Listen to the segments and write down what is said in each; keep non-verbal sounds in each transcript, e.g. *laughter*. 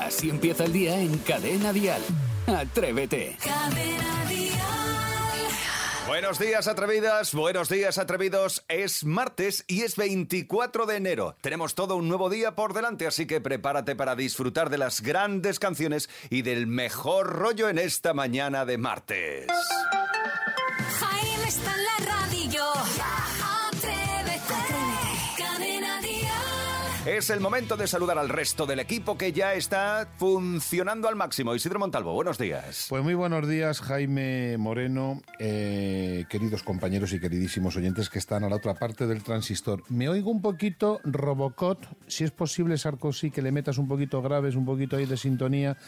Así empieza el día en Cadena Dial. Atrévete. Buenos días, atrevidas. Buenos días, atrevidos. Es martes y es 24 de enero. Tenemos todo un nuevo día por delante, así que prepárate para disfrutar de las grandes canciones y del mejor rollo en esta mañana de martes. Jaime está en la radio. Atrévete. Cadena Dial. Es el momento de saludar al resto del equipo que ya está funcionando al máximo. Isidro Montalvo, buenos días. Pues muy buenos días, Jaime Moreno, eh, queridos compañeros y queridísimos oyentes que están a la otra parte del transistor. Me oigo un poquito Robocop, si es posible, Sarkozy, que le metas un poquito graves, un poquito ahí de sintonía.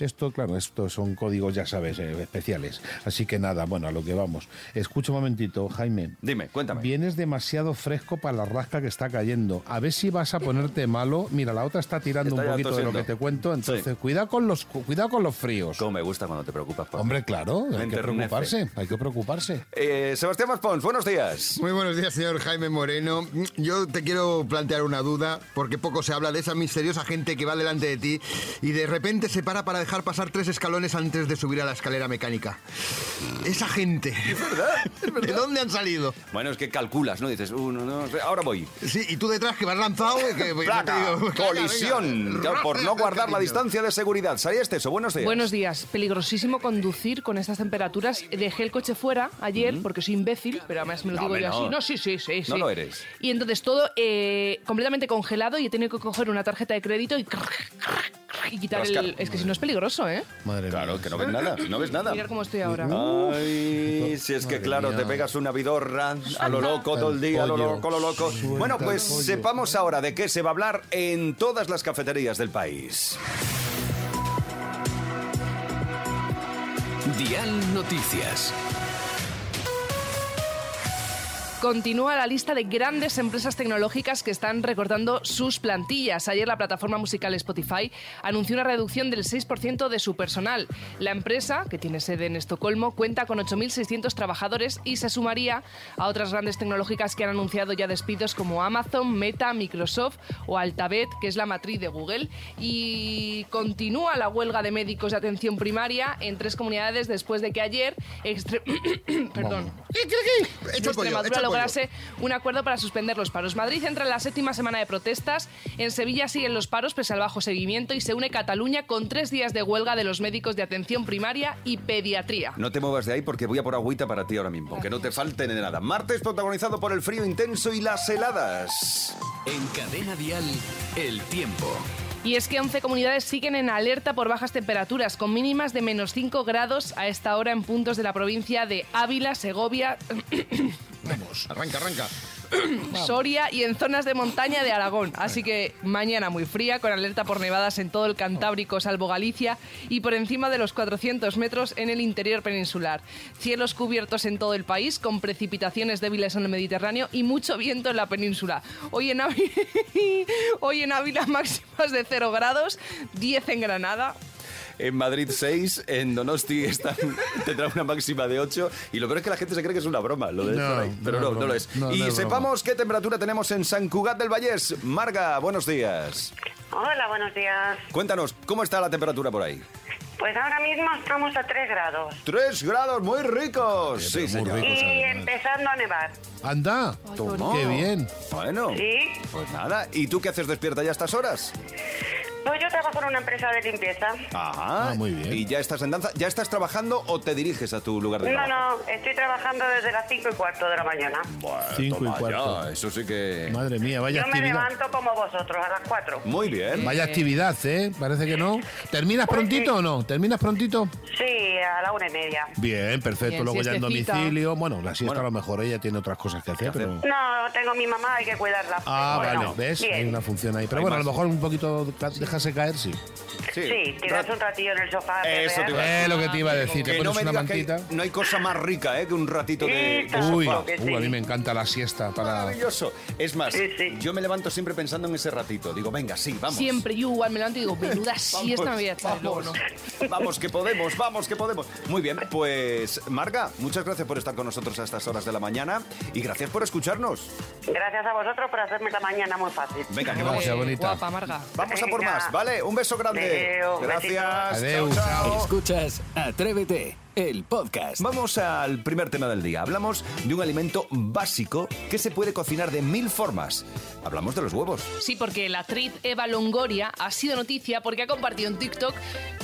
Esto, claro, estos son códigos, ya sabes, eh, especiales. Así que nada, bueno, a lo que vamos. Escucha un momentito, Jaime. Dime, cuéntame. Vienes demasiado fresco para la rasca que está cayendo. A ver si vas a ponerte malo. Mira, la otra está tirando Está un ya poquito de lo tosiendo. que te cuento. Entonces, cuida con los cu- cuidado con los fríos. Cómo me gusta cuando te preocupas por Hombre, claro, Me hay que enternece. preocuparse, hay que preocuparse. Eh, Sebastián Maspons, buenos días. Muy buenos días, señor Jaime Moreno. Yo te quiero plantear una duda, porque poco se habla de esa misteriosa gente que va delante de ti y de repente se para para dejar pasar tres escalones antes de subir a la escalera mecánica. Esa gente. ¿De dónde han salido? Bueno, es que calculas, ¿no? Dices, uno, dos, tres, ahora voy. Sí, y tú detrás que vas lanzado. Que, no te Placa, digo, *laughs* venga, colisión, venga, Claro, por no rápido, guardar la cariño. distancia de seguridad. Saría Esteso, buenos días. Buenos días. Peligrosísimo conducir con estas temperaturas. Dejé el coche fuera ayer porque soy imbécil, pero además me lo No, digo hombre, yo no. así. No, sí, sí, sí. No sí. lo eres. Y entonces todo eh, completamente congelado y he tenido que coger una tarjeta de crédito y, y quitar el. Rascar. Es que si no es peligroso, ¿eh? Madre Claro, mía. que no ves nada, no ves nada. Mirar cómo estoy ahora. Ah. Ay, si es que Madre claro, te mía. pegas una vidorra a lo loco todo el día, a lo pollo. loco, a lo loco. Suelta Bueno, pues el pollo. sepamos ahora de qué se va a hablar en todas las cafeterías del país. Dial Noticias. Continúa la lista de grandes empresas tecnológicas que están recortando sus plantillas. Ayer la plataforma musical Spotify anunció una reducción del 6% de su personal. La empresa, que tiene sede en Estocolmo, cuenta con 8.600 trabajadores y se sumaría a otras grandes tecnológicas que han anunciado ya despidos como Amazon, Meta, Microsoft o Alphabet, que es la matriz de Google. Y continúa la huelga de médicos de atención primaria en tres comunidades después de que ayer... extre- *coughs* Perdón Echa el pollo, de echa Extremadura el pollo. lograse un acuerdo para suspender los paros. Madrid entra en la séptima semana de protestas. En Sevilla siguen los paros pese al bajo seguimiento y se une Cataluña con tres días de huelga de los médicos de atención primaria y pediatría. No te muevas de ahí porque voy a por agüita para ti ahora mismo, que no te falten de nada. Martes protagonizado por el frío intenso y las heladas. En Cadena Dial, el tiempo. Y es que 11 comunidades siguen en alerta por bajas temperaturas, con mínimas de menos 5 grados a esta hora en puntos de la provincia de Ávila, Segovia, Arranca, arranca. Soria y en zonas de montaña de Aragón. Así que mañana muy fría, con alerta por nevadas en todo el Cantábrico, salvo Galicia, y por encima de los 400 metros en el interior peninsular. Cielos cubiertos en todo el país, con precipitaciones débiles en el Mediterráneo y mucho viento en la península. Hoy en Ávila, *laughs* Hoy en Ávila *laughs* máximas de 0 grados, 10 en Granada, En Madrid 6, en Donosti están, *laughs* tendrá una máxima de 8 y lo peor es que la gente se cree que es una broma, lo de No, por ahí, pero no, no es no, broma. lo es. No, y no es sepamos qué temperatura tenemos en San Cugat del Vallés. Marga, buenos días. Hola, buenos días. Cuéntanos, ¿cómo está la temperatura por ahí? Pues ahora mismo estamos a 3 grados 3 grados, muy ricos. Sí, Sí, pero muy señor. rico. y empezando a nevar. Anda, Tomó. qué bien. Bueno, Sí, pues nada. ¿Y tú qué haces despierta ya a estas horas? pues yo trabajo en una empresa de limpieza. Ajá. Ah, muy bien. ¿Y ya estás en danza? ¿Ya estás trabajando o te diriges a tu lugar de No, trabajo? no, estoy trabajando desde las 5 y cuarto de la mañana. Bueno, Cinco y toma ya, cuarto. eso sí que... Madre mía, vaya Yo me actividad. Mm. levanto como vosotros, a las 4. Muy bien. Vaya actividad, ¿eh? Parece que no. ¿Terminas Pues prontito o no? ¿Terminas prontito? Sí, a la una y media. Bien, perfecto. Bien, Luego ya en siestecita. domicilio. Bueno, la siesta a lo mejor ella tiene otras cosas que hacer, pero... No, tengo a mi mamá, hay que cuidarla. Ah, Bueno, vale, ¿ves? bien. Hay una función ahí. Pero Hay bueno, a más. lo mejor un poquito ca- dejarse caer, sí. Sí, tiras un ratillo en el sofá. Eso te iba Ah, perrear. Eh, lo que te iba a decir, te Que no pones me una digas que hay- mantita. no hay cosa más rica ¿eh? que un ratito de... Sí, de claro. Uy, sofá. que uy, a mí sí. me encanta la siesta para... Maravilloso. Es más, Sí, sí. yo me levanto siempre pensando en ese ratito. Digo, venga, sí, vamos. *laughs* siempre yo igual me levanto y digo, menuda Vamos, siesta me voy a echar. Y luego *laughs* vamos, vamos, que podemos, vamos, que podemos. Muy bien, pues Marga, muchas gracias por estar con nosotros a estas horas de la mañana y gracias por escucharnos. Gracias a vosotros por hacerme esta mañana muy fácil. Venga, que Muy vamos. bien. bonita. eh, Guapa, Marga. Vamos a por Venga. más, ¿vale? Un beso grande. Adeu, Gracias. besitos. Chao, chao. Escuchas Atrévete, el podcast. Vamos al primer tema del día. Hablamos de un alimento básico que se puede cocinar de mil formas. Hablamos de los huevos. Sí, porque la actriz Eva Longoria ha sido noticia porque ha compartido en TikTok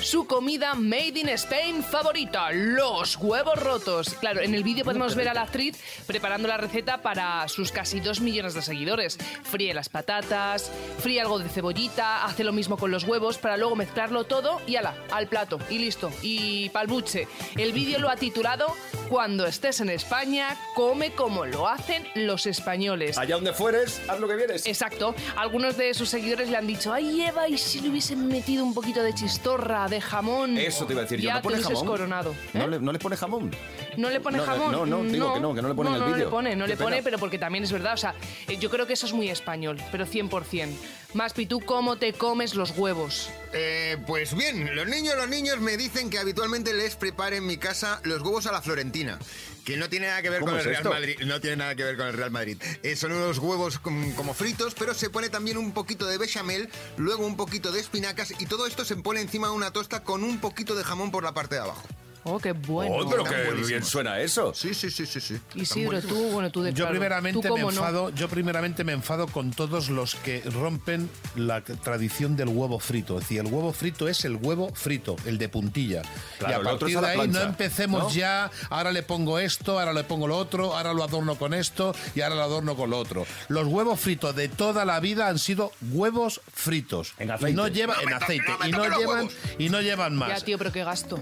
su comida made in Spain favorita, los huevos rotos. Claro, en el vídeo podemos ver a la actriz preparando la receta para sus casi dos millones de seguidores. Fríe las patatas, fríe algo de cebollita, hace lo mismo con los huevos para luego mezclarlo todo y ala, al plato y listo. Y palbuche. El vídeo lo ha titulado Cuando estés en España, come como lo hacen los españoles. Allá donde fueres, haz lo que vienes. Exacto. Algunos de sus seguidores le han dicho, ay Eva, ¿y si le hubiesen metido un poquito de chistorra, de jamón? Eso te iba a decir yo. Ya ¿No te pone hubieses jamón? coronado. ¿No, ¿Eh? le, ¿No le pone jamón? ¿No le pone No, no, jamón? no, no, digo que no, que no le pone en el No, vídeo. le pone, no Qué le pone, pena. pero porque también es verdad. O sea, eh, yo creo que eso es muy español, pero 100%. Maspi, ¿tú cómo te comes los huevos? Eh, pues bien, los niños, los niños me dicen que habitualmente les preparo en mi casa los huevos a la florentina, que no tiene nada que ver ¿Cómo con es el Real esto? Madrid, no tiene nada que ver con el Real Madrid. Eh, son unos huevos com- como fritos, pero se pone también un poquito de bechamel, luego un poquito de espinacas y todo esto se pone encima de una tosta con un poquito de jamón por la parte de abajo. Oh, qué bueno. oh, pero Están qué buenísimos. bien suena eso. Sí, sí, sí, sí, sí. Isidro, Están buenísimos. tú, bueno, tú de Yo claro. primeramente, ¿Tú me cómo no? enfado, yo primeramente me enfado con todos los que rompen la c- tradición del huevo frito. Es decir, el huevo frito es el huevo frito, el de puntilla. Claro, y a lo otro es partir a de la ahí no plancha, empecemos ¿no? ya, ahora le pongo esto, ahora le pongo lo otro, ahora lo adorno con esto y ahora lo adorno con lo otro. Los huevos fritos de toda la vida han sido huevos fritos. En aceite. Y no lleva, No me en toque- aceite. no me y, no toque los llevan, huevos. y no llevan Ya, más. Mm. tío, pero qué gasto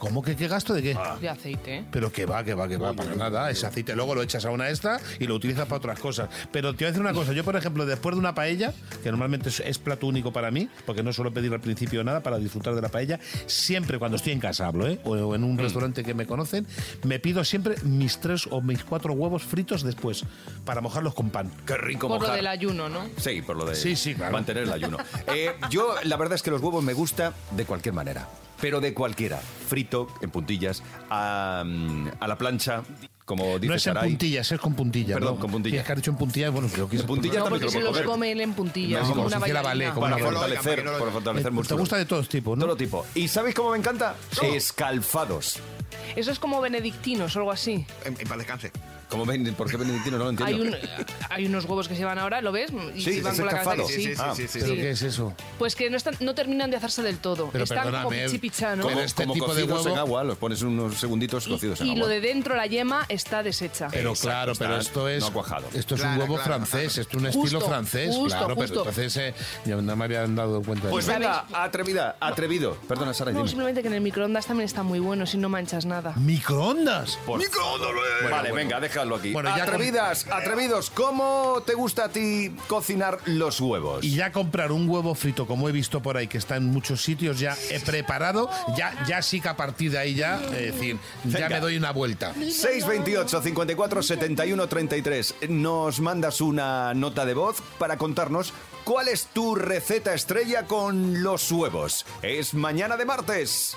¿Cómo que qué gasto de qué? Ah. de aceite, ¿eh? Pero que va, que va, que va, para nada. Ese aceite luego lo echas a una esta y lo utilizas para otras cosas. Pero te voy a decir una cosa. Yo, por ejemplo, después de una paella, que normalmente es, es plato único para mí, porque no suelo pedir al principio nada para disfrutar de la paella, siempre cuando estoy en casa hablo, ¿eh? O, o en un Mm. restaurante que me conocen, me pido siempre mis tres o mis cuatro huevos fritos después, para mojarlos con pan. Qué rico Por lo mojar. del ayuno, ¿no? Sí, por lo de Sí, sí, claro. mantener el *laughs* ayuno. Eh, yo, la verdad es que los huevos me gusta de cualquier manera, pero de cualquiera. Frito, en puntillas, a, a la plancha, como dice No es en Saray. puntillas, es con puntillas. Perdón, ¿no? con puntillas. Sí, es que has dicho en puntillas, bueno, creo que es- En puntillas No, también porque te se lo los puedes comer. come él en puntillas, No, como como una si hiciera bailarina. ballet, como Para una Bueno, bailarina. fortalecer, Oigan, para oigan. fortalecer Eh, ¿Te mucho. gusta de todos tipos, no? Todo tipo. ¿Y sabéis cómo me encanta? Escalfados. Eso es como benedictinos o algo así. En, en paz descanse. ¿Cómo ven? ¿Por qué benedictino? No lo entiendo. Hay, un- hay unos huevos que se van ahora, ¿lo ves? Y Sí, se van es con la cabeza estafado. que sí. Sí, sí, Ah, sí, sí, ¿Pero sí. qué es eso? Pues que no, están, no terminan de hacerse del todo. Pero están como perdóname, pichipichá, ¿no? Pero Como, este como tipo de cocidos huevo- en agua, los pones unos segunditos Y, cocidos en y agua. lo de dentro, la yema, está deshecha. Pero Exacto, claro, pero está esto es no cuajado. esto es un Claro, huevo claro, francés, esto claro. es un Justo, estilo francés, justo, claro, justo. pero entonces eh, yo no me habían dado cuenta de Pues nada. venga, atrevida, atrevido. Perdona, Sara, no, dime. simplemente que en el microondas también está muy bueno, si no manchas nada. microondas. Por- ¡Microondas, eh! vale, venga, déjalo aquí. Bueno, ya Atrevidas, atrevidos, ¿cómo te gusta a ti cocinar los huevos? Y ya comprar un huevo frito, como he visto por ahí, que está en muchos sitios ya he preparado, ya, ya sí que a partir de ahí ya, eh, es decir, ya Venga. me doy una vuelta. 628 54 71 33. Nos mandas una nota de voz para contarnos cuál es tu receta estrella con los huevos. Es mañana de martes.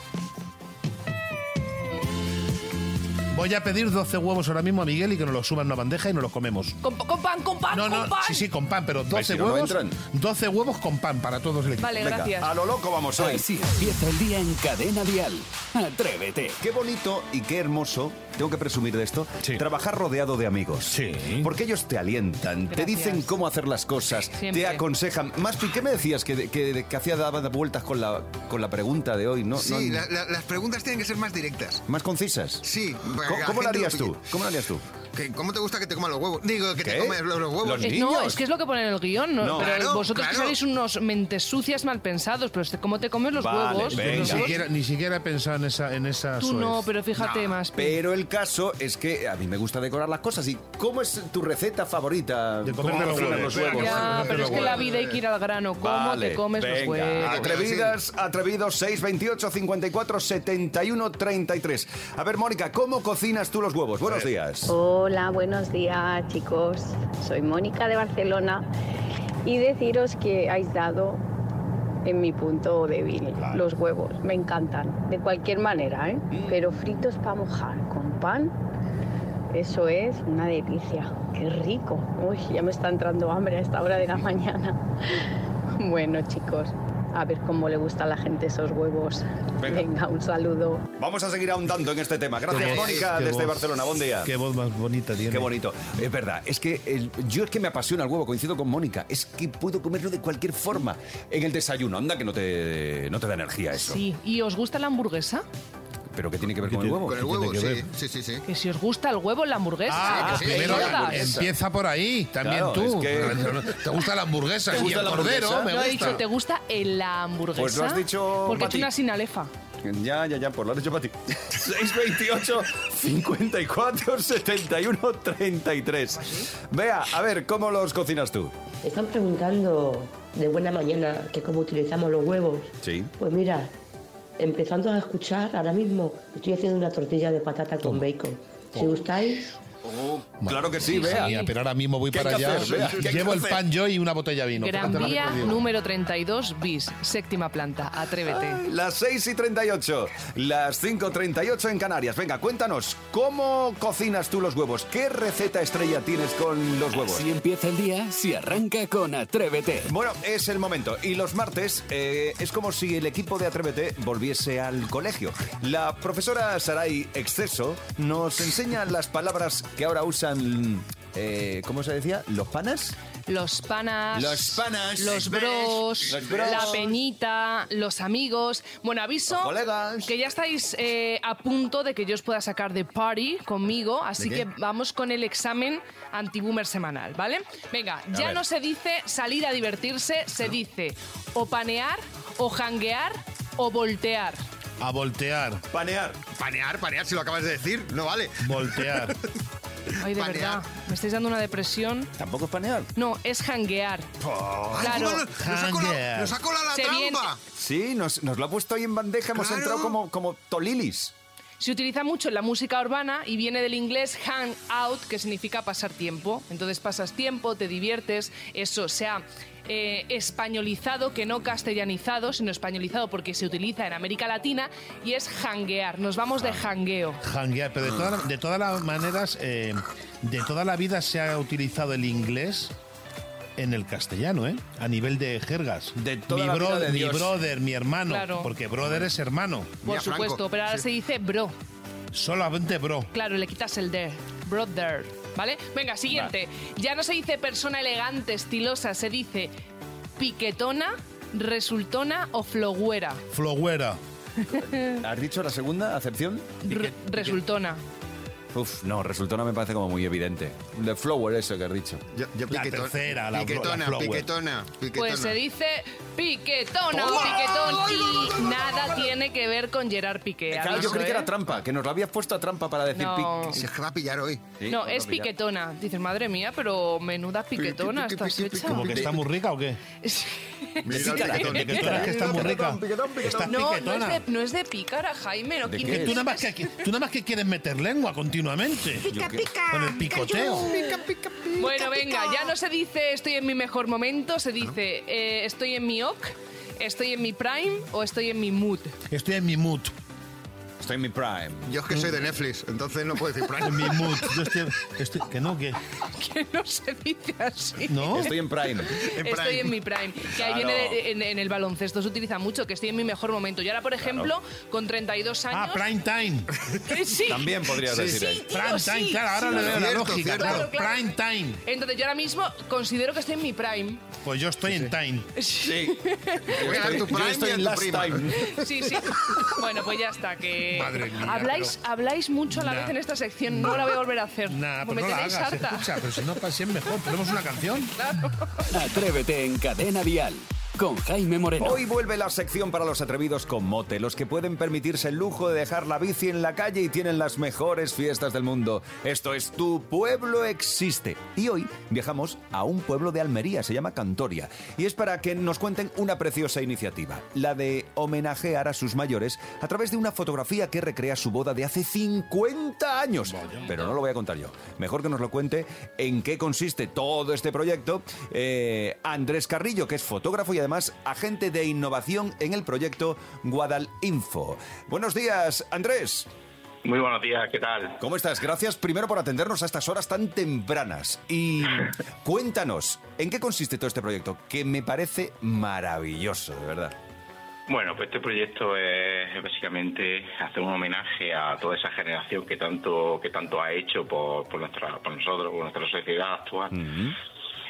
Voy a pedir 12 huevos ahora mismo a Miguel y que nos los suba en una bandeja y nos los comemos. Con, con pan, con pan, No, Ah, con no, pan. sí, sí, con pan, pero 12 si no, no huevos. entran. 12 huevos con pan para todos el equipo. Vale, Venga, gracias. a lo loco vamos hoy. Así empieza el día en Cadena Dial. Atrévete. Qué bonito y qué hermoso, tengo que presumir de esto, Sí. trabajar rodeado de amigos. Sí. Porque ellos te alientan, te Gracias. dicen cómo hacer las cosas, te Siempre. aconsejan. Más, ¿qué me decías que, que, que hacía daba vueltas con la, con la pregunta de hoy? ¿no? Sí, ¿No? la- la- las preguntas tienen que ser más directas. ¿Más concisas? Sí, para que ¿Cómo, la cómo lo gente lo harías tú? pille. ¿Cómo lo harías tú? ¿Qué- ¿Cómo te gusta que te coman los huevos? Digo, que ¿Qué? te comes los, los huevos. Los Eh, niños. No, es que es lo que pone en el guión, ¿no? No. pero Claro, vosotros que claro. sois unos mentes sucias mal pensados, pero este- ¿cómo te comes los Vale, huevos? venga. Ni Los huevos- siquiera, ni siquiera he pensado en esa en esa Tú soez. no, pero fíjate No, más. Pero el caso es que a mí me gusta decorar las cosas. ¿Y cómo es tu receta favorita? De ¿Cómo comer los hacer huevos. los Espera, huevos? Ya, Bueno, pero es que bueno, la bueno. vida hay que ir al grano. ¿Cómo Vale, te comes venga. los huevos? Atrevidas, atrevidos, 628 54 71 33. A ver, Mónica, ¿cómo cocinas tú los huevos? Buenos días. Hola, buenos días chicos. Soy Mónica de Barcelona y deciros que habéis dado en mi punto débil, los huevos. Me encantan, de cualquier manera, ¿eh? Pero fritos para mojar con pan, eso es una delicia. Qué rico. Uy, ya me está entrando hambre a esta hora de la mañana. *laughs* Bueno, chicos, a ver cómo le gusta a la gente esos huevos. Venga. Venga un saludo. Vamos a seguir ahondando en este tema. Gracias, Qué voz, Mónica, qué desde voz. Barcelona. Buen día. Qué voz más bonita tiene. Qué bonito. Es verdad, es que el- yo es que me apasiona el huevo, coincido con Mónica. Es que puedo comerlo de cualquier forma. En el desayuno, anda que no te, no te da energía eso. Sí, ¿y os gusta la hamburguesa? ¿Pero qué tiene que ver ¿Qué con el tiene- huevo? Con el ¿qué huevo, tiene que sí, ver? sí, sí, sí. Que si os gusta el huevo, la hamburguesa. Ah, que sí, pues primero la Todas. hamburguesa. empieza por ahí, también Claro, tú. es Te gusta la hamburguesa ¿Te y gusta el la cordero, hamburguesa? me No gusta. he dicho, ¿te gusta el- la hamburguesa? Pues lo has dicho, Porque he Mati. hecho una sinalefa. Ya, ya, ya, por la noche *laughs* para ti. 628 54 71 33. Vea, a ver, ¿cómo los cocinas tú? Están preguntando de buena mañana que cómo utilizamos los huevos. Sí. Pues mira, empezando a escuchar ahora mismo, estoy haciendo una tortilla de patata con bacon. Si gustáis, Oh, claro que sí, sí. vea. Mira, pero ahora mismo voy ¿Qué hay para que allá. hacer? Vea, ¿qué hay que Llevo el hacer? pan yo y una botella de vino. Gran Fíjate lo que Vía te digo. número 32 bis, séptima planta. Atrévete. Las 6 y 38, las 5 y 38 en Canarias. Venga, cuéntanos, ¿cómo cocinas tú los huevos? ¿Qué receta estrella tienes con los huevos? Si empieza el día, si arranca con Atrévete. Bueno, es el momento. Y los martes eh, es como si el equipo de Atrévete volviese al colegio. La profesora Saray Exceso nos enseña las palabras que ahora usan. eh, ¿Cómo se decía? ¿Los panas? Los panas. Los panas, Los los bros. bros, los bros. La peñita. Los amigos. Bueno, aviso. Los colegas. Que ya estáis eh, a punto de que yo os pueda sacar de party conmigo. Así ¿De que qué? vamos con el examen antiboomer semanal, ¿vale? Venga, ya ver. no se dice salir a divertirse, se dice o panear, o janguear, o voltear. A voltear, Panear. Panear, panear, si lo acabas de decir, no vale. voltear. Ay, de Panear. verdad. Me estáis dando una depresión. ¿Tampoco es panear? No, es janguear. Ay, Oh, Claro. cómo nos, nos ha colado, Hanger. nos ha colado la Se viene- trampa. Sí, nos, nos lo ha puesto ahí en bandeja. Hemos Claro. entrado como, como tolilis. Se utiliza mucho en la música urbana y viene del inglés hang out, que significa pasar tiempo. Entonces pasas tiempo, te diviertes, eso se ha eh, españolizado, que no castellanizado, sino españolizado porque se utiliza en América Latina y es hanguear. Nos vamos Ah. de jangueo. Janguear, pero de, todas las- de todas las maneras, eh, de toda la vida se ha utilizado el inglés en el castellano, ¿eh? A nivel de jergas. De toda mi, la vida de mi Dios. brother, mi hermano, Claro. porque brother es hermano, Por Mira, Franco, supuesto, pero ahora sí. se dice bro. solamente bro. Claro, le quitas el there. Brother. ¿Vale? Venga, siguiente. Ya no se dice persona elegante, estilosa, se dice piquetona, resultona o flogüera. Flowera. ¿Has dicho la segunda acepción? R- resultona. Uf, no, resultó no me parece como muy evidente. The flower eso que has dicho. Yo, yo La piquetona- tercera, la bro- piquetona, la flower. piquetona, piquetona. Pues se dice piquetona o ¡Toma! piquetón ¡Ay, no, no, no, y no, no, nada no, no! tiene que ver con Gerard Piqué. Claro, yo Alonso, creí que ¿eh? era trampa, que nos lo habías puesto a trampa para decir No. pic. Se va a pillar hoy. Sí, no, vamos a es pillar. piquetona. Dices, madre mía, pero menuda piquetona piqui, estás piqui, piqui, hecha. *laughs* ¿Como que está muy rica o qué? ¿eh? Mira el piquetón. Piquetona *laughs* es que está muy rica. Estás No, no es, piquetona. de, no es de pícara, Jaime. No ¿De Que quiere- qué tú, nada más que, tú nada más que quieres meter lengua continuamente. Con el picoteo. Bueno, venga, ya no se dice estoy en mi mejor momento, se dice eh, estoy en mi ok, estoy en mi prime o estoy en mi mood. *laughs* Estoy en mi mood. Estoy en mi prime. Yo es que soy de Netflix, entonces no puedo decir *laughs* En mi Prime. mood. Yo estoy, estoy- que no, que. Que no se dice así. ¿No? Estoy en prime. En Estoy Prime. en mi prime. Que ahí Claro. viene de- en, en el baloncesto, se utiliza mucho, que estoy en mi mejor momento. Yo ahora, por ejemplo, con 32 Ah, años... prime time. Eh, *laughs* sí. También podrías Sí, decir sí, ahí. tío, Prime sí, time, claro, ahora sí. le veo la Cierto, lógica. cierto. Claro, Claro, claro. prime time. Entonces yo ahora mismo considero que estoy en mi prime. *laughs* Pues yo estoy en time. Sí. Voy a dar tu Yo Prime estoy y a en tu last prima. time. Sí, sí. Bueno, pues ya está, que... Madre mía, habláis, habláis mucho a la Nah. vez en esta sección, no la voy a volver a hacer. Nada, Pues pero no me la tenéis hagas. harta. Escucha, pero si no, pa- si es mejor. Ponemos una canción. Atrévete en Cadena Dial con Jaime Moreno. Hoy vuelve la sección para los atrevidos con mote, los que pueden permitirse el lujo de dejar la bici en la calle y tienen las mejores fiestas del mundo. Esto es Tu Pueblo Existe. Y hoy viajamos a un pueblo de Almería, se llama Cantoria. Y es para que nos cuenten una preciosa iniciativa, la de homenajear a sus mayores a través de una fotografía que recrea su boda de hace 50 años. Pero no lo voy a contar yo. Mejor que nos lo cuente en qué consiste todo este proyecto eh, Andrés Carrillo, que es fotógrafo y además además agente de innovación en el proyecto Guadalinfo. Buenos días, Andrés. Muy buenos días, ¿qué tal? ¿Cómo estás? Gracias primero por atendernos a estas horas tan tempranas. Y cuéntanos, ¿en qué consiste todo este proyecto? Que me parece maravilloso, de verdad. Bueno, pues este proyecto es básicamente hacer un homenaje a toda esa generación que tanto que tanto ha hecho por, por nuestra por nosotros, por nuestra sociedad actual.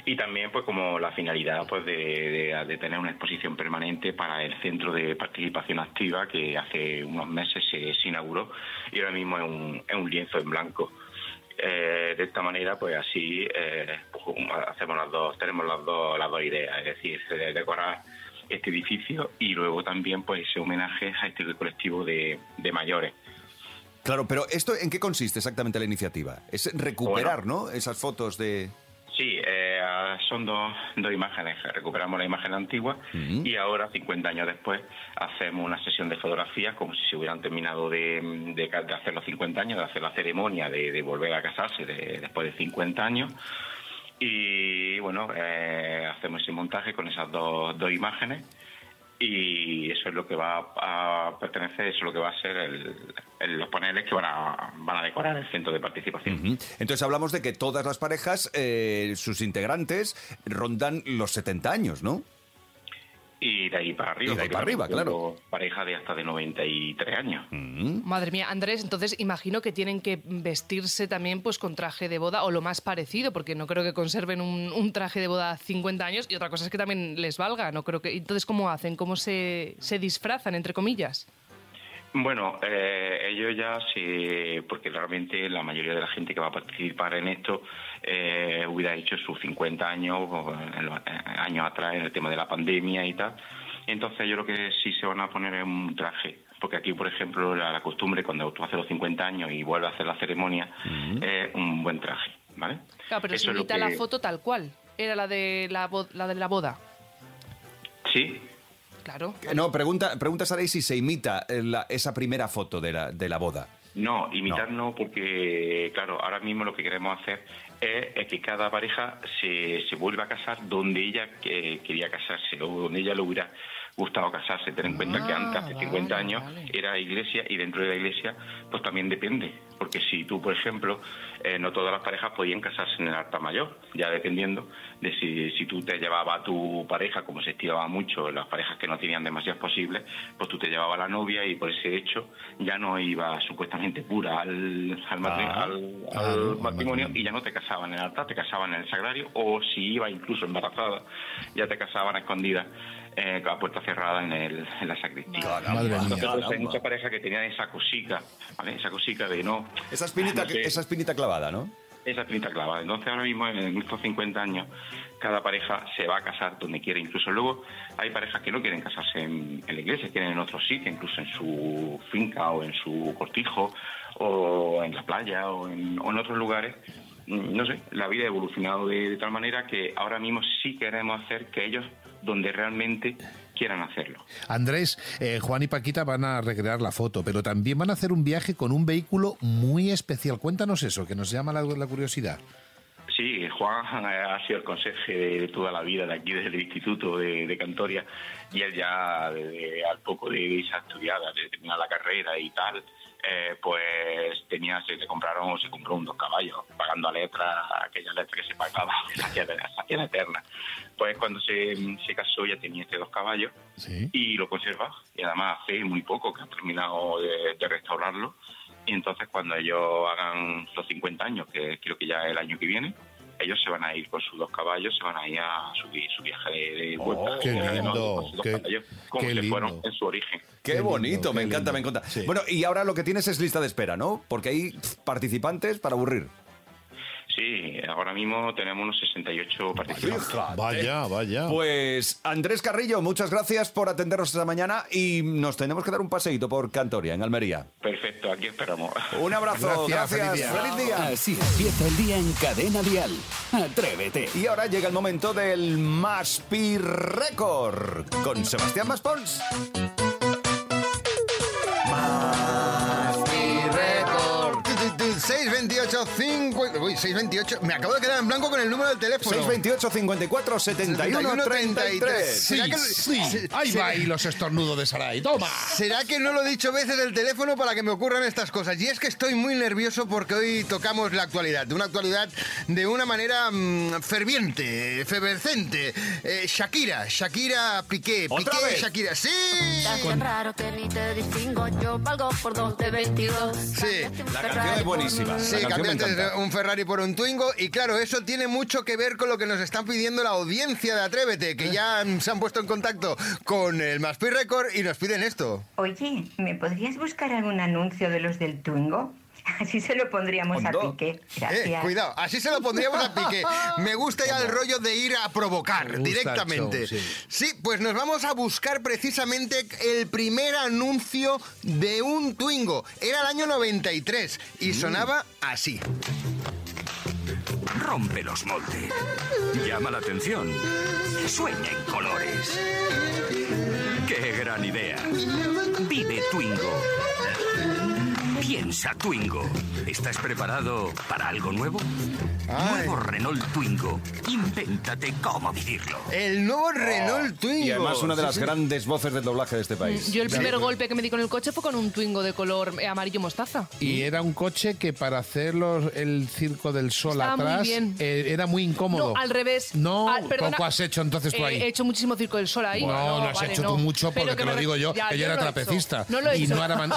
Y también pues como la finalidad pues de, de- de tener una exposición permanente para el Centro de Participación Activa que hace unos meses se, se inauguró y ahora mismo es un, es un lienzo en blanco. Eh, de esta manera pues así eh, pues, hacemos las dos tenemos las dos las dos ideas es decir eh, decorar este edificio y luego también pues ese homenaje a este colectivo de, de mayores Claro, pero ¿esto en qué consiste exactamente la iniciativa? Es recuperar, ¿no? Esas fotos de... Sí, eh, ah, son dos, dos imágenes. Recuperamos la imagen antigua y ahora, 50 años después, hacemos una sesión de fotografías como si se hubieran terminado de, de ca- de hacer los 50 años, de hacer la ceremonia de, de volver a casarse de- después de 50 años. Y bueno, eh, hacemos ese montaje con esas dos, dos imágenes y eso es lo que va a pertenecer, eso es lo que va a ser el, el- los paneles que van a, van a decorar el centro de participación. Ujú. Entonces hablamos de que todas las parejas, eh, sus integrantes, rondan los 70 años, ¿no? Y de ahí para arriba. Y de ahí porque, para arriba, claro. tengo Pareja de hasta de 93 años. Madre mía, Andrés, entonces imagino que tienen que vestirse también pues con traje de boda o lo más parecido, porque no creo que conserven un, un traje de boda 50 años y otra cosa es que también les valga, no creo que... Entonces, ¿cómo hacen? ¿Cómo se, se disfrazan, entre comillas? Bueno, eh, ellos ya se... Porque realmente la mayoría de la gente que va a participar en esto eh, hubiera hecho sus 50 años, o en los- eh, años atrás, en el tema de la pandemia y tal. Entonces yo creo que sí se van a poner en un traje. Porque aquí, por ejemplo, la, la costumbre cuando tú haces los 50 años y vuelves a hacer la ceremonia, es Eh, un buen traje, ¿vale? Claro, pero Mm. Eso se es lo imita la que- foto tal cual. Era la de la, bo- la de la boda, Sí, claro. Que Eh, No, pregunta, pregunta Saray si se imita eh, la- esa primera foto de la, de la boda. No, imitar no. porque, Eh, claro, ahora mismo lo que queremos hacer es, es que cada pareja se, se vuelva a casar donde ella que- quería casarse o donde ella le hubiera gustado casarse. Ten en cuenta que antes, Ah, hace 50 años, era iglesia y dentro de la iglesia, pues también depende. Porque si tú, por ejemplo, eh, no todas las parejas podían casarse en el altar mayor, ya dependiendo de si, si tú te llevabas a tu pareja, como se estiraba mucho las parejas que no tenían demasiadas posibles, pues tú te llevabas a la novia y por ese hecho ya no iba supuestamente pura al, al, matri- Ah, al- claro, al al matrimonio y ya no te casaban en el altar, te casaban en el sagrario o si iba incluso embarazada, ya te casaban a escondidas. eh, a puerta cerrada en, el- en la sacristía. Madre mía. Entonces, pues, hay Caramba. muchas parejas que tenían esa cosica, ¿vale? Esa cosica de no. Esa espinita, no sé, esa espinita clavada, ¿no? esa espinita clavada. Entonces, ahora mismo, en estos 50 años, cada pareja se va a casar donde quiere. Incluso luego hay parejas que no quieren casarse en, en la iglesia, quieren en otro sitio, incluso en su finca o en su cortijo o en la playa o en, o en otros lugares. Mm, No sé, la vida ha evolucionado de, de tal manera que ahora mismo sí queremos hacer que ellos, donde realmente quieran hacerlo. Andrés, eh, Juan y Paquita van a recrear la foto, pero también van a hacer un viaje con un vehículo muy especial. Cuéntanos eso, que nos llama la, la curiosidad. Sí, Juan *laughs* eh, ha sido el conserje de, de toda la vida de aquí, desde el instituto de, de Cantoria, y él ya desde al poco de irse a estudiar, de terminar la carrera y tal, eh, pues tenía, se le compraron, se compró un dos caballos, pagando a letra, aquella letra que se pagaba, *laughs* esa que era- esa que era eterna. Pues cuando se, se casó ya tenía este dos caballos y lo conserva, y además hace muy poco que ha terminado de- de restaurarlo. Y entonces cuando ellos hagan los 50 años, que creo que ya es el año que viene, ellos se van a ir con sus dos caballos, se van a ir a subir su viaje de, de vuelta. qué Se van a ir lindo, con sus dos qué- caballos, como qué se fueron lindo. en su origen. Qué, bonito, me encanta, me encanta. Bueno, y ahora lo que tienes es lista de espera, ¿no? Porque hay pf, participantes para aburrir. Sí, ahora mismo tenemos unos 68 participantes. Vaya, vaya. Pues Andrés Carrillo, muchas gracias por atendernos esta mañana y nos tenemos que dar un paseíto por Cantoria, en Almería. Perfecto, aquí esperamos. Un abrazo, gracias, feliz día. Así empieza el día en Cadena Dial. Atrévete. Y ahora llega el momento del Maspi Record con Sebastián Maspons. Record. 628 50. Uy, 628. Me acabo de quedar en blanco con el número del teléfono. 628 54 71 33. Sí, sí. se- Ahí se- va, y los estornudos de Saray. ¡Toma! ¿Será que no lo he dicho veces el teléfono para que me ocurran estas cosas? Y es que estoy muy nervioso porque hoy tocamos la actualidad. Una actualidad de una manera mm, ferviente, efervescente. Eh, Shakira, Shakira Piqué, ¿Otra Piqué vez? Shakira. ¡Sí! Tan raro que ni te distingo, yo valgo por dos de 22. Sí. La canción es buenísima. Sí, la canción me cambiaste encanta. un Ferrari por un Twingo y claro, eso tiene mucho que ver con lo que nos están pidiendo la audiencia de Atrévete, que Eh. ya mm, se han puesto en contacto con el Maspi Record y nos piden esto. Oye, ¿me podrías buscar algún anuncio de los del Twingo? *laughs* Así se lo pondríamos a Hondo. Piqué. Gracias. Eh, cuidado, así se lo pondríamos a Piqué. Me gusta ya el rollo de ir a provocar gusta directamente. el show, sí. pues nos vamos a buscar precisamente el primer anuncio de un Twingo. Era el año 93 y Mm. sonaba así. Rompe los moldes. Llama la atención. Sueña en colores. ¡Qué gran idea! Vive Twingo. Piensa Twingo. ¿Estás preparado para algo nuevo? Nuevo Renault Twingo. Invéntate cómo vivirlo. El nuevo Renault Twingo. Oh, Y además una de Sí, las sí. grandes voces del doblaje de este país. Yo el primer golpe que me di con el coche fue con un Twingo de color eh, amarillo mostaza. Y era un coche que para hacer los- el circo del sol Estaba muy atrás bien. eh, era muy incómodo. No, al revés. No, Al- perdona. poco has hecho entonces tú Eh, ahí. He hecho muchísimo circo del sol ahí. no, no, has vale, hecho no. tú mucho porque Pero que te me lo re- digo yo, Ya, que yo era lo he hecho. trapecista. No lo he y hecho. no era man-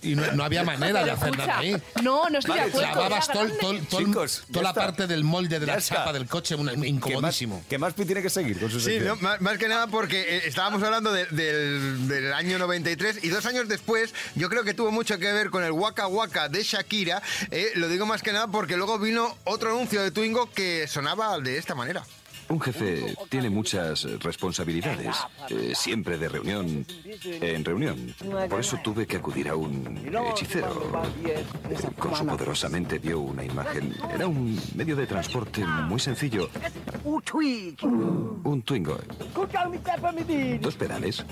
y no, no había manera de *laughs* Pero hacer nada ahí. escucha, No, no estoy de Vale, acuerdo. clavabas era tol- grande. tol- tol- Chicos, ya toda la está. parte del molde de Ya la está. chapa del coche, una- incomodísimo. Que Maspi tiene que seguir con su Sí, sección. no, más, más que nada porque eh, estábamos hablando de- del, del año 93 y dos años después yo creo que tuvo mucho que ver con el Waka Waka de Shakira. eh, lo digo más que nada porque luego vino otro anuncio de Twingo que sonaba de esta manera. Un jefe tiene muchas eh, responsabilidades, eh, siempre de reunión en reunión. Por eso tuve que acudir a un hechicero. Con su poderosamente vio una imagen. Era un medio de transporte muy sencillo, un Twingo. Dos pedales.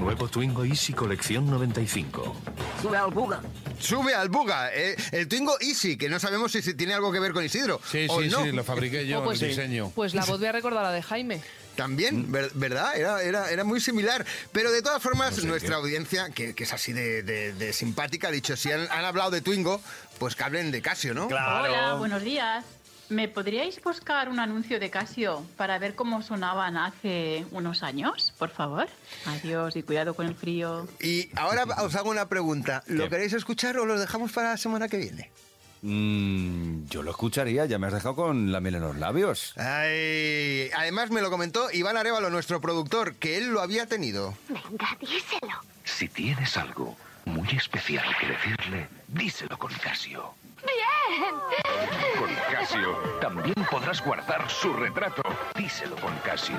Nuevo Twingo Easy Colección 95. Sube al buga. Sube al buga. eh, el Twingo Easy, que no sabemos si, si tiene algo que ver con Isidro. Sí, o sí, no. sí, lo fabriqué yo, *laughs* Oh, pues, el diseño. pues la voz voy a recordar la de Jaime. Mm. También, ver- ¿verdad? Era, era, era muy similar. Pero de todas formas, nuestra audiencia, que, que es así de, de- de simpática, ha dicho, si han, han hablado de Twingo, pues que hablen de Casio, ¿no? Hola, buenos días. ¿Me podríais buscar un anuncio de Casio para ver cómo sonaban hace unos años, por favor? Adiós y cuidado con el frío. Y ahora os hago una pregunta. ¿Lo queréis escuchar o lo dejamos para la semana que viene? Mm, yo lo escucharía, ya me has dejado con la miel en los labios. Ay, además me lo comentó Iván Arevalo, nuestro productor, que él lo había tenido. Venga, díselo. Si tienes algo muy especial que decirle, díselo con Casio. ¡Bien! Con Casio también podrás guardar su retrato. Díselo con Casio.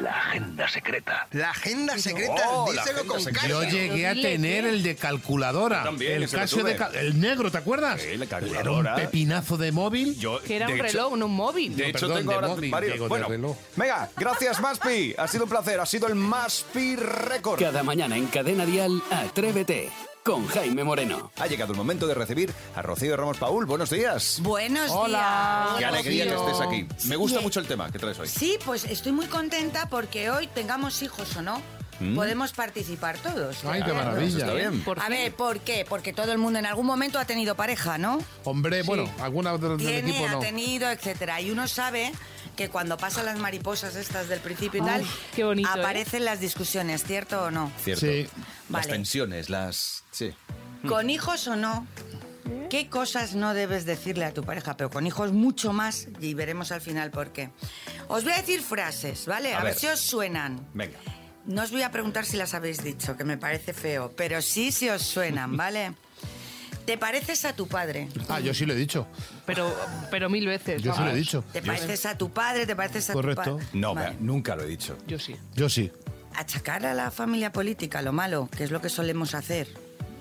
La agenda secreta. La agenda secreta, Oh, la díselo agenda con secreta. Casio. Yo llegué a tener el de calculadora. Yo también, el ese lo Casio tuve. de cal- el negro, ¿te acuerdas? Sí, Era la un calculadora. pepinazo de móvil. Que era un reloj, no un móvil. De No, hecho, perdón, tengo de ahora móvil, varios. digo, de Bueno, reloj. venga, gracias Maspi. Ha sido un placer, ha sido el Maspi récord. Cada mañana en Cadena Dial, Atrévete con Jaime Moreno. Ha llegado el momento de recibir a Rocío Ramos Paul. Buenos días. Buenos días. Qué alegría que Rocío. estés aquí. Me gusta Sí, mucho el tema que traes hoy. Sí, pues estoy muy contenta porque hoy tengamos hijos o no. Mm. Podemos participar todos. Ay, qué maravilla. Eso está bien. A ver, ¿eh? ¿por qué? Porque todo el mundo en algún momento ha tenido pareja, ¿no? Hombre, Sí. bueno, alguna del, del Tiene, equipo ha no. tenido, etcétera. Y uno sabe que cuando pasan las mariposas estas del principio y tal, Ay, qué bonito, ¿eh? aparecen las discusiones, ¿cierto o no? Cierto. Las Vale. tensiones, las. Sí. Con hijos o no, ¿Eh? ¿qué cosas no debes decirle a tu pareja? Pero con hijos mucho más y veremos al final por qué. Os voy a decir frases, ¿vale? A A, ver. ver. si os suenan. Venga. No os voy a preguntar si las habéis dicho, que me parece feo, pero sí si os suenan, ¿vale? ¿Te pareces a tu padre? Ah, yo sí lo he dicho. Pero, pero mil veces. Yo sí lo he vamos. dicho. ¿Te pareces a tu padre? ¿Te pareces a tu Correcto. padre? No, vea, nunca lo he dicho. Yo sí. Yo sí. Achacar a la familia política lo malo, que es lo que solemos hacer.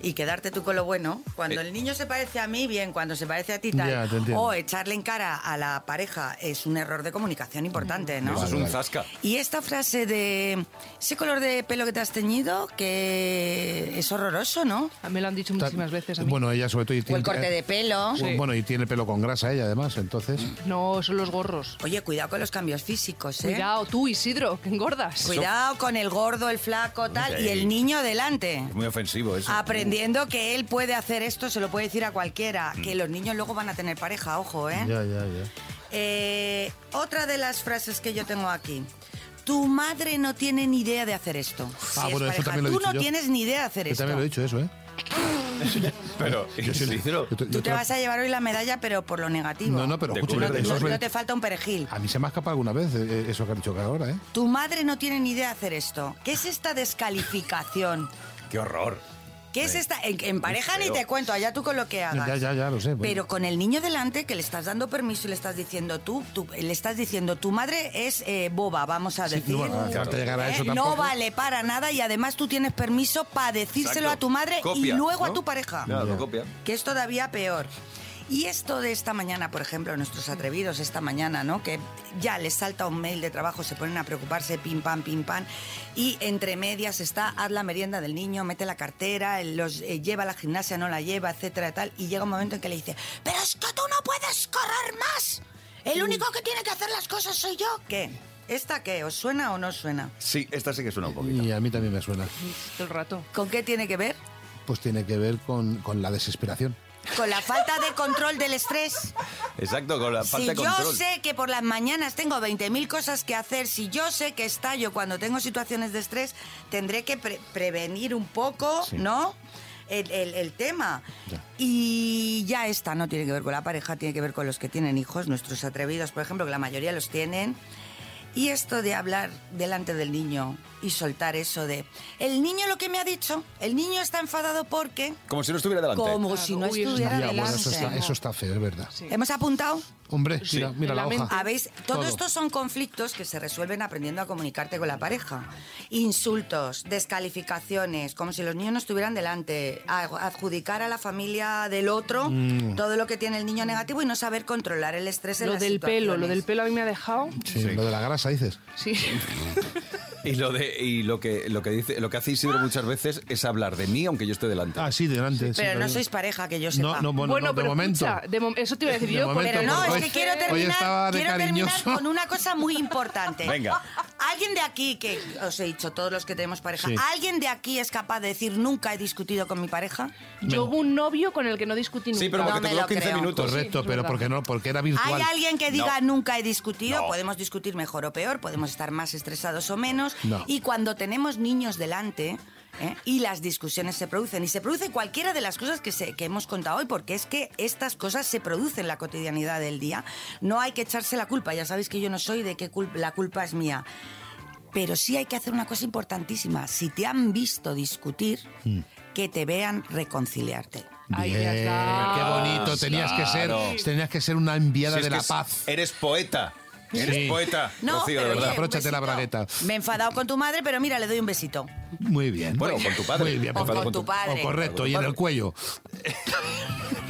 y quedarte tú con lo bueno. Eh. Cuando el niño se parece a mí, bien. Cuando se parece a ti, tal. Ya, te entiendo. o echarle en cara a la pareja es un error de comunicación importante, ¿no? Eso es un zasca. Y esta frase de ese color de pelo que te has teñido, que es horroroso, ¿no? A mí lo han dicho muchísimas veces. A mí. Bueno, ella sobre todo... Y tiene, eh, corte de pelo. Sí. ¿Eh? Bueno, y tiene pelo con grasa ella, además, entonces... No, son los gorros. Oye, cuidado con los cambios físicos, ¿eh? Cuidado, tú, Isidro, que engordas. Cuidado con el gordo, el flaco, tal, Sí. y el niño delante. Es muy ofensivo eso. Ah. Aprendiendo que él puede hacer esto, se lo puede decir a cualquiera. Mm. Que los niños luego van a tener pareja, ojo, ¿eh? Ya, ya, ya. Eh, Otra de las frases que yo tengo aquí. Tu madre no tiene ni idea de hacer esto. Ah, Si bueno, es pareja, eso también lo he Tú dicho no yo. tienes ni idea de hacer Yo esto. también lo he dicho eso, ¿eh? *laughs* Pero, yo soy sincero. Tú te vas a llevar hoy la medalla, pero por lo negativo. No, no, pero No- escúchame, no, eso es- no te falta un perejil. A mí se me ha escapado alguna vez eh, eso que ha dicho que ahora, ¿eh? Tu madre no tiene ni idea de hacer esto. ¿Qué es esta descalificación? Qué horror. ¿Qué es esta? En, en pareja ni feo. te cuento, allá tú con lo que hagas. Ya, ya, ya, lo sé. bueno. Pero con el niño delante que le estás dando permiso y le estás diciendo tú, tú- eh, le estás diciendo tu madre es eh, boba, vamos a Sí, decir. no, bueno, que antes de llegar a ¿eh? eso no tampoco. vale para nada y además tú tienes permiso para decírselo Exacto. a tu madre Copia, y luego a ¿no? tu pareja. Claro, lo copia. Que es todavía peor. Y esto de esta mañana, por ejemplo, nuestros atrevidos esta mañana, ¿no? Que ya les salta un mail de trabajo, se ponen a preocuparse, pim, pam, pim, pam. Y entre medias está, haz la merienda del niño, mete la cartera, los, eh, lleva a la gimnasia, no la lleva, etcétera, y tal. Y llega un momento en que le dice, pero es que tú no puedes correr más. El único que tiene que hacer las cosas soy yo. Mm. ¿Qué? ¿Esta qué? ¿Os suena o no os suena? Sí, esta sí que suena un poquito. Y a mí también me suena. Todo el rato. ¿Con qué tiene que ver? Pues tiene que ver con, con la desesperación. Con la falta de control del estrés. Exacto, con la Si falta de yo control. sé que por las mañanas tengo 20.000 cosas que hacer, si yo sé que estallo cuando tengo situaciones de estrés, tendré que pre- prevenir un poco, Sí. ¿no? El, el- el tema. Y ya esta no tiene que ver con la pareja, tiene que ver con los que tienen hijos, nuestros atrevidos, por ejemplo, que la mayoría los tienen. Y esto de hablar delante del niño y soltar eso de, el niño lo que me ha dicho, el niño está enfadado porque... Como si no estuviera delante. Como si no estuviera Ya, bueno, delante. eso, está, eso está feo, es verdad. ¿Hemos apuntado? Hombre, mira, mira la hoja. Habéis- todo, Todo. esto son conflictos que se resuelven aprendiendo a comunicarte con la pareja. Insultos, descalificaciones, como si los niños no estuvieran delante, a- adjudicar a la familia del otro Mm. todo lo que tiene el niño negativo y no saber controlar el estrés en Lo las del pelo, lo situaciones. del pelo a mí me ha dejado. Sí, Lo de la grasa, dices. Sí. *laughs* Y lo de y lo que lo que dice lo que hace Isidro muchas veces es hablar de mí aunque yo esté delante. Ah, sí, delante. sí, Pero no perdón. sois pareja, que yo No, sepa. no, bueno, Bueno, no, de pero momento. escucha, De mom- eso te iba a decir De yo. momento, porque- Pero no, porque es hoy- que quiero hoy terminar, estaba de quiero terminar cariñoso. con una cosa *laughs* muy importante. Venga. Alguien de aquí, que os he dicho, todos los que tenemos pareja, Sí. ¿alguien de aquí es capaz de decir nunca he discutido con mi pareja? Yo hubo un novio con el que no discutí nunca. No me lo creo. Correcto, Sí, pero es verdad. porque no, porque era virtual. ¿Hay alguien que diga nunca he discutido? Podemos discutir mejor o peor, podemos estar más estresados o menos. No. Y cuando tenemos niños delante ¿eh? y las discusiones se producen, y se produce cualquiera de las cosas que, se- que hemos contado hoy, porque es que estas cosas se producen en la cotidianidad del día. No hay que echarse la culpa, ya sabéis que yo no soy de que cul- la culpa es mía. Pero sí hay que hacer una cosa importantísima. Si te han visto discutir, Mm. que te vean reconciliarte. Bien, qué bonito. Tenías que ser, Claro. tenías que ser una enviada Si es de que la es- paz. Eres poeta. Eres Sí. poeta. No, Rocío, de pero verdad. oye, Abróchate un la besito. Me he enfadado con tu madre, pero mira, le doy un besito. Muy bien. Bueno, con tu padre. Muy bien, O por favor. con tu padre. O correcto, y en el cuello.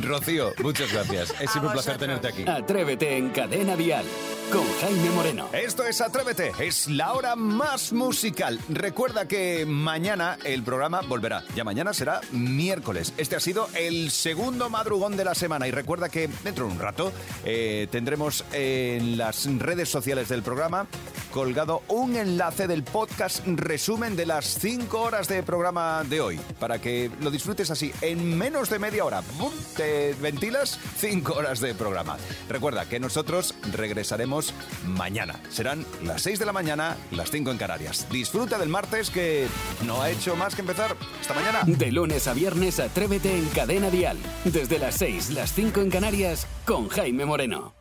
Rocío, muchas gracias. Es siempre un placer tenerte aquí. Atrévete en Cadena Dial con Jaime Moreno. Esto es Atrévete, es la hora más musical. Recuerda que mañana el programa volverá. Ya mañana será miércoles. Este ha sido el segundo madrugón de la semana. Y recuerda que dentro de un rato eh, tendremos en las redes sociales del programa colgado un enlace del podcast resumen de las cinco horas de programa de hoy. Para que lo disfrutes así, en menos de media hora. ¡Bum! Te ventilas cinco horas de programa. Recuerda que nosotros regresaremos mañana. Serán las 6 de la mañana, las 5 en Canarias. Disfruta del martes que no ha hecho más que empezar. Hasta mañana. De lunes a viernes, atrévete en Cadena Dial. Desde las 6, las 5 en Canarias, con Jaime Moreno.